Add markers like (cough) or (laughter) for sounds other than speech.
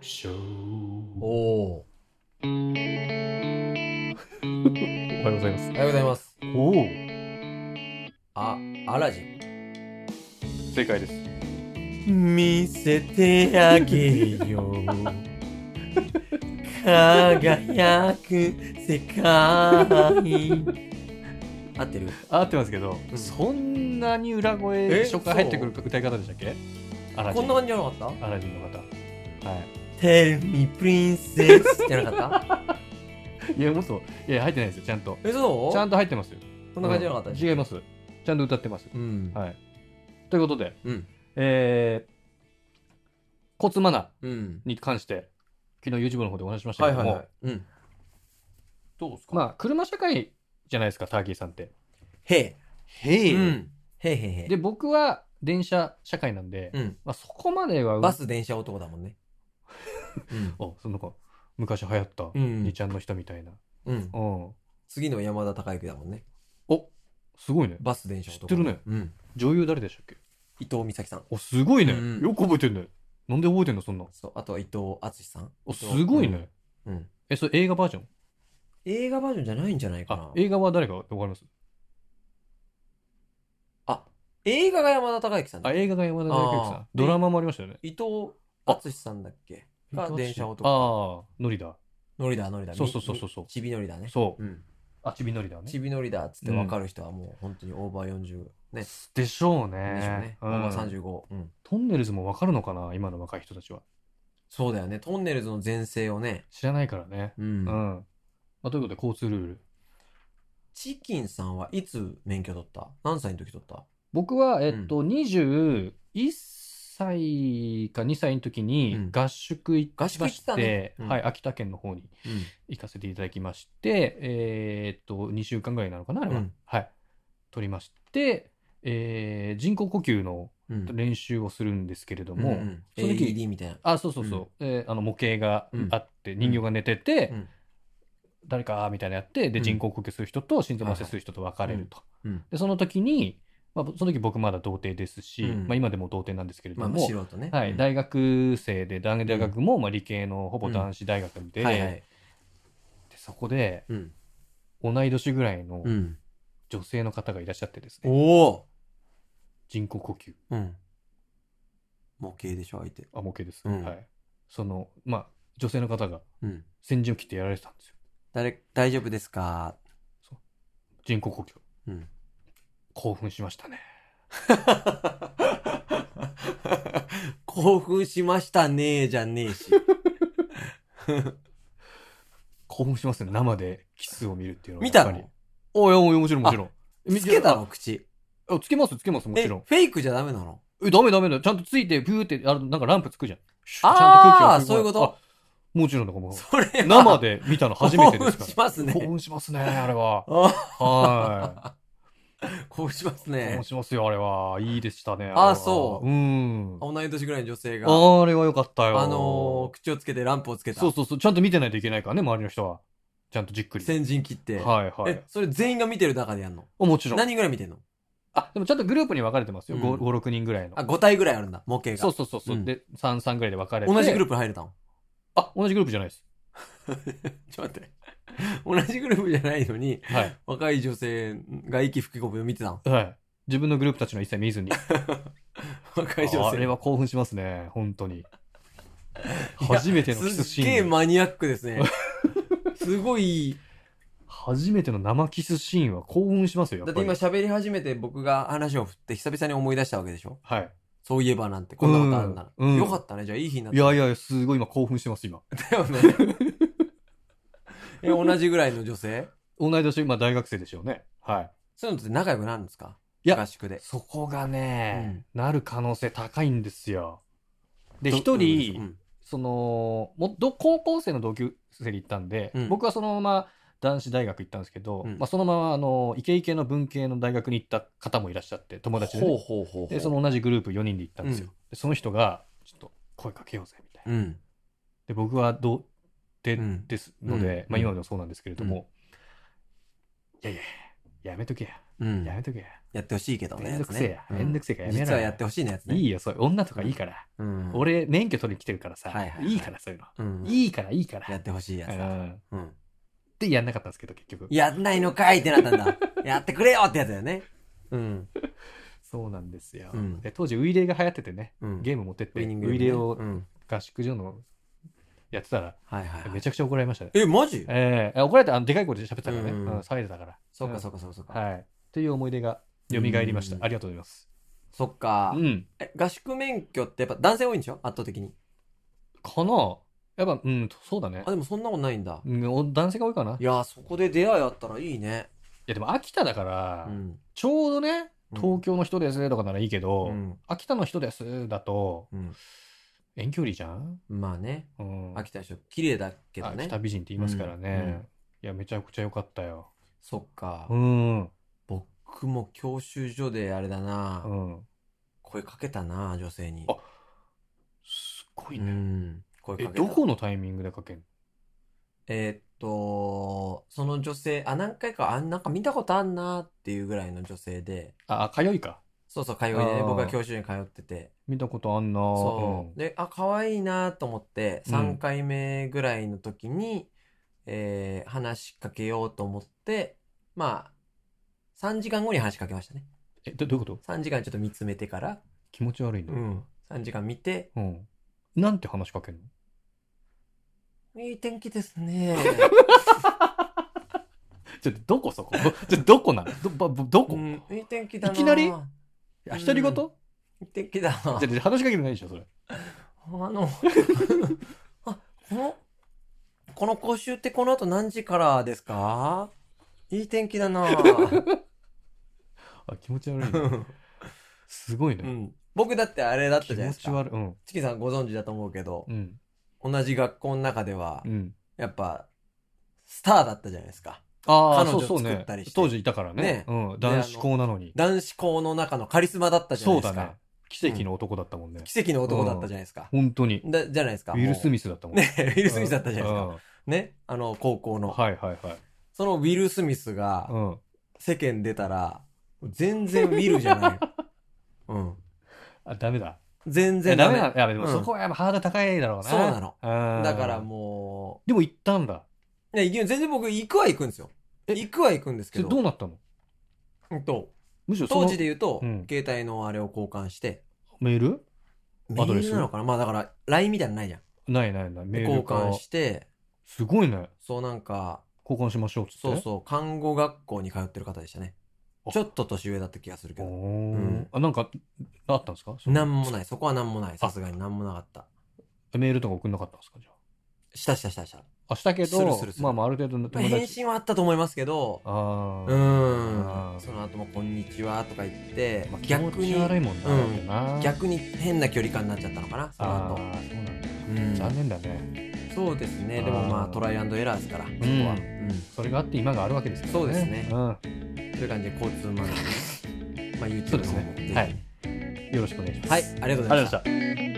ショおー。おはおようございますお。はようございますおお。あアラジン正解です。見せてあげよ (laughs) う輝く世界合ってる合ってますけど、うんそんなに裏え声、初回入ってくる歌い方でしたっけアラジこんンな。感じじゃなかっアラジンの方。 (laughs) は Tell me princess たじゃなかったい。いや、もっと、いや、入ってないですよ、ちゃんと。えそうちゃんと入ってますよ。こんな感じじゃなかったでし違ょいます。ちゃんと歌ってます。うんはい。ということで、うんえー、コツマナうんに関して、昨日 YouTube の方でお話ししましたはけいども、はいはいうんどうですかまあ、車社会じゃないですか、ターキーさんって。へへいうんへいへいへいで、僕は電車社会なんで、うんまあ、そこまでは、バス電車男だもんねあ、そのか、昔流行った、うんうんにちゃんの人みたいな。うんうん。次の山田孝之だもんねおすごいね。バス電車男知ってるねうん女優誰でしたっけ伊藤美咲さんおすごいね。うんよく覚えてるね。なんで覚えてんの、そんな。そうあとは伊藤敦さんおすごいね。うんうんえ、それ映画バージョン映画バージョンじゃないんじゃないかあな、映画は誰かわかりますあ映画が山田孝之さんだあ、映画が山田孝之さあーん。ドラマもありましたよね。伊藤敦さんだっけが電車男ああ、ノリだ。ノリだノリだそうそうそうそうそうみちびノリだねそう。うんあ、ちびノリだね。ちびノリだっつって分かる人はもう本当にオーバー40ねでしでしょうょうねね。オうんーバー35うんトンネルズもわかるのかな今の若い人たちは。そうだよねトンネルズの全盛をね知らないからね。ううん。んまあ、ということで、交通ルール。チキンさんはいつ免許取った何歳の時取った僕は、えっと、21歳か2歳の時にうん合宿行きま合宿行っしてたねて、うんはい、秋田県の方に行かせていただきまして、えーっと、2週間ぐらいなのかなあれは。うんはい。取りまして、えー人工呼吸のうん練習をするんですけれども、もうんその時 AED みたいなあ、そうそうそう。えーあの、模型があって、人形が寝てて、うん誰かみたいなやって、で、うん人工呼吸する人と心臓麻酔する人と分かれると。うんうんで、その時に、まあ、その時僕まだ童貞ですし、うんまあ今でも童貞なんですけれどまあも、まあ素人ねはうい、ん大学生で、大学も、まあ理系のほぼ男子大学で、はいはいでそこで、うん同い年ぐらいのうん女性の方がいらっしゃってですね、おお人工呼吸、うん模型でしょ相手あ、模型です、うんはい。その、まあ、女性の方がうん先陣を切ってやられてたんですよ。誰大丈夫ですか (laughs) 人工呼吸。うん興奮しましたね。興奮しましたねじゃねえ (laughs) し。興奮しますね。生でキスを見るっていうのは。見たやっぱりのおいや、おいもちろん、もちろん。見つけたの口。あつけます、つけます、もえ、ちフろん。ェイクじゃダメなのえ、ダメダメだ。ちゃんとついて、ピューって、あの、なんかランプつくじゃん。シュッあーちゃんと空気をそういうことあもちろんだ、もう。それは生で見たの初めてですか興奮 (laughs) ら。しますね興。奮しますね、あれは。あは興奮しますい。興ね奮。しますよ、あれは。いいでしたね。れあはーそううん。同い年ぐらいの女性が、あれは良かったよ。あのー、口をつけてランプをつけた。そうそうそう。ちゃんと見てないといけないからね、周りの人は。ちゃんとじっくり。先陣切って。はいはい。え、それ全員が見てる中でやんのあもちろん。何人ぐらい見てんのあ、でもちゃんとグループに分かれてますよ。うん5、6人ぐらいのあ、。5体ぐらいあるんだ、模型が。そうそうそうそうう。んで、3、3ぐらいで分かれて。同じグループープ入れたのあ、同じグループじゃないです。ちょっと待って。 (laughs) 同じグループじゃないのに、 (laughs) はい。若い女性が息吹き込むを見てたの。はい。自分のグループたちの一切見ず (laughs) に。若い女性。あれは興奮しますね。本当 (laughs) に。初めてのキスすシっげえーン。マニアックで (laughs) すね。すごい、初めての生キスシーンは興奮しますよ。やだっってぱり今喋り始めて僕が話を振って久々に思い出したわけでしょはい。そういえばなんて、こんなことあるんだな。うんうんよかったね、じゃあいい日になっいやいや、すごい今興奮してます、今。たよ (laughs) ね。え、同じぐらいの女性同い年、今大学生でしょうね。はい。そういうのって仲良くなるんですかいや合宿で。そこがね、なる可能性高いんですよ。で、一人、うんそのもど高校生の同級生に行ったんで、うん僕はそのまま男子大学行ったんですけど、うんまあ、そのままあのイケイケの文系の大学に行った方もいらっしゃって友達で,、ほうほうほうほう。でその同じグループ4人で行ったんですよ、うんでその人がちょっと声かけようぜみたいな、うん。で僕は童貞うんですので、うんまあ、今でもそうなんですけれども、いやいややめとけやうん。やめとけや、やってほしいけどめね。んどくせえや。めんどくくせえからやめろよ実はやってほしいのやつね。いいよ、そういう女とかいいから。うん。俺、免許取りに来てるからさ、はいいはいはいいから、そういうの。うん、いいから、いいから。やってほしいやつうだ。ん。うん。で、やんなかったんですけど、結局。やんないのかいってなったんだ。 (laughs) やってくれよってやつだよね。うん。そうなんですよ。うんで当時、ウイレが流行っててね、うん。ゲーム持ってって、ウウイニングイレをうん。合宿所のやってたら、はいはいはい。めちゃくちゃ怒られましたね。え、マジええ怒られた、あのでかい声で喋ってたからね。ううんん、騒いでたから。そっかそっかそっかそっか。はい。という思い出が蘇りましたう。んありがとうございます。そっかう。ん。え、合宿免許ってやっぱ男性多いんでしょ圧倒的に。かなやっぱ、うん、そうだねあ、。でもそんなことないんだ。うんお男性が多いかないいやー、そこで出会いあったらいいね。や、でも秋田だからう、ん。ちょうどね、うん東京の人ですねとかならいいけど、うん。秋田の人ですだと、うん。遠距離じゃん、まあね。うん、秋田の人、綺麗だけどね秋。田美人って言いますからね。うんうんいや、めちゃくちゃ良かったよ。そっかう。ん。うん。僕も教習所であれだな。声かけたな、女性に。あすごいうね。ん。声かえ、けた。どこのタイミングでかけんのえーっと、その女性、あ、何回か、あ、なんか見たことあんなっていうぐらいの女性で、あ、あ通いか。そうそう、通いでねあ、ー僕は教習所に通ってて、見たことあんなそう。で、あ、可愛いなと思って、うん3回目ぐらいの時に、えー話しかけようと思って、まあ、3時間後に話しかけましたね。え、どどういうこと3時間ちょっと見つめてから、気持ち悪いの、うん。3時間見て、うん。なんて話しかけんのいい天気で (laughs) すね。ちょ、どこそこちょ、どこなのど、ば、ばどこ、うん、いい天気だな。いきなりいあ、独り言、うんい天気だなじゃ、話しかけてないでしょ、それ。あの、 (laughs) あ、この、この講習ってこの後何時からですかいい天気 (laughs) だなぁあ、気持ち悪いね。すごいうね。ん。僕だってあれだったじ気ゃな持いですちか。悪い。うん。チキンさんご存知だと思うけどう、ん。同じ学校の中ではう、ん。やっぱ、スターだったじゃないですか。ああ、彼そ女うそう作っねたりして。当時いたからねね。うん。男子校なのに。男子校の中のカリスマだったじゃなそいうだですねか。。奇跡の男だったもんね。奇跡の男だったじゃないですか。本当に。ウだじゃないですか。ィル・スミミスだったもんね、ウィル・スミスだったじゃないですか。でね、あの、高校の。はいはいはい。そのウィル・スミスがう、ん。世間出たら、全然ウィルじゃ (laughs) ない。うん。あ、ダメだ。全え然ダダメメだ。いや、でもうんそこはやっぱハードル高いだろうな。そうなののだからもでも行ったんだ。う、ね、全然僕行くは行くんですよ。行くは行くんですそけれど、どうなったのうんとむしろその当時で言うと、うん携帯のあれを交換して、メールメアドレスールなのかなまあだから、LINE みたいなのないじゃん。ないないない。メでー交ルか換。して、すごいね。そうなんか、交換しましょうっつって。そうそう、看護学校に通ってる方でしたねあ。ちょっと年上だった気がするけど。おーうんあ、なんか、あったんですかそのなんもない。そこはなんもない。さすがになんもなかった。メールとか送んなかったんですかじゃあ。したしたしたした。あ、したけど、するするするまあまあある程度のまあ友返達。信はあったと思いますけど、あうあ。ーあーん。その後も、こんにちはとか言ってまあ、、逆気持にち、悪いもんな。うんだってな逆に変な距離感になっちゃったのかな、そあのあそ後。、うなんだ。うん残念だね。そうですね、でもまああートライアンドエラーですから、そこんは。うん。それがあって今があるわけですからね。そうですねうん。という感じで交通マナー、まあ YouTube (laughs) そうですの方もねぜひ。はいよろしくお願いします。はい、あありがとりうごがとうござざいいままししたた。。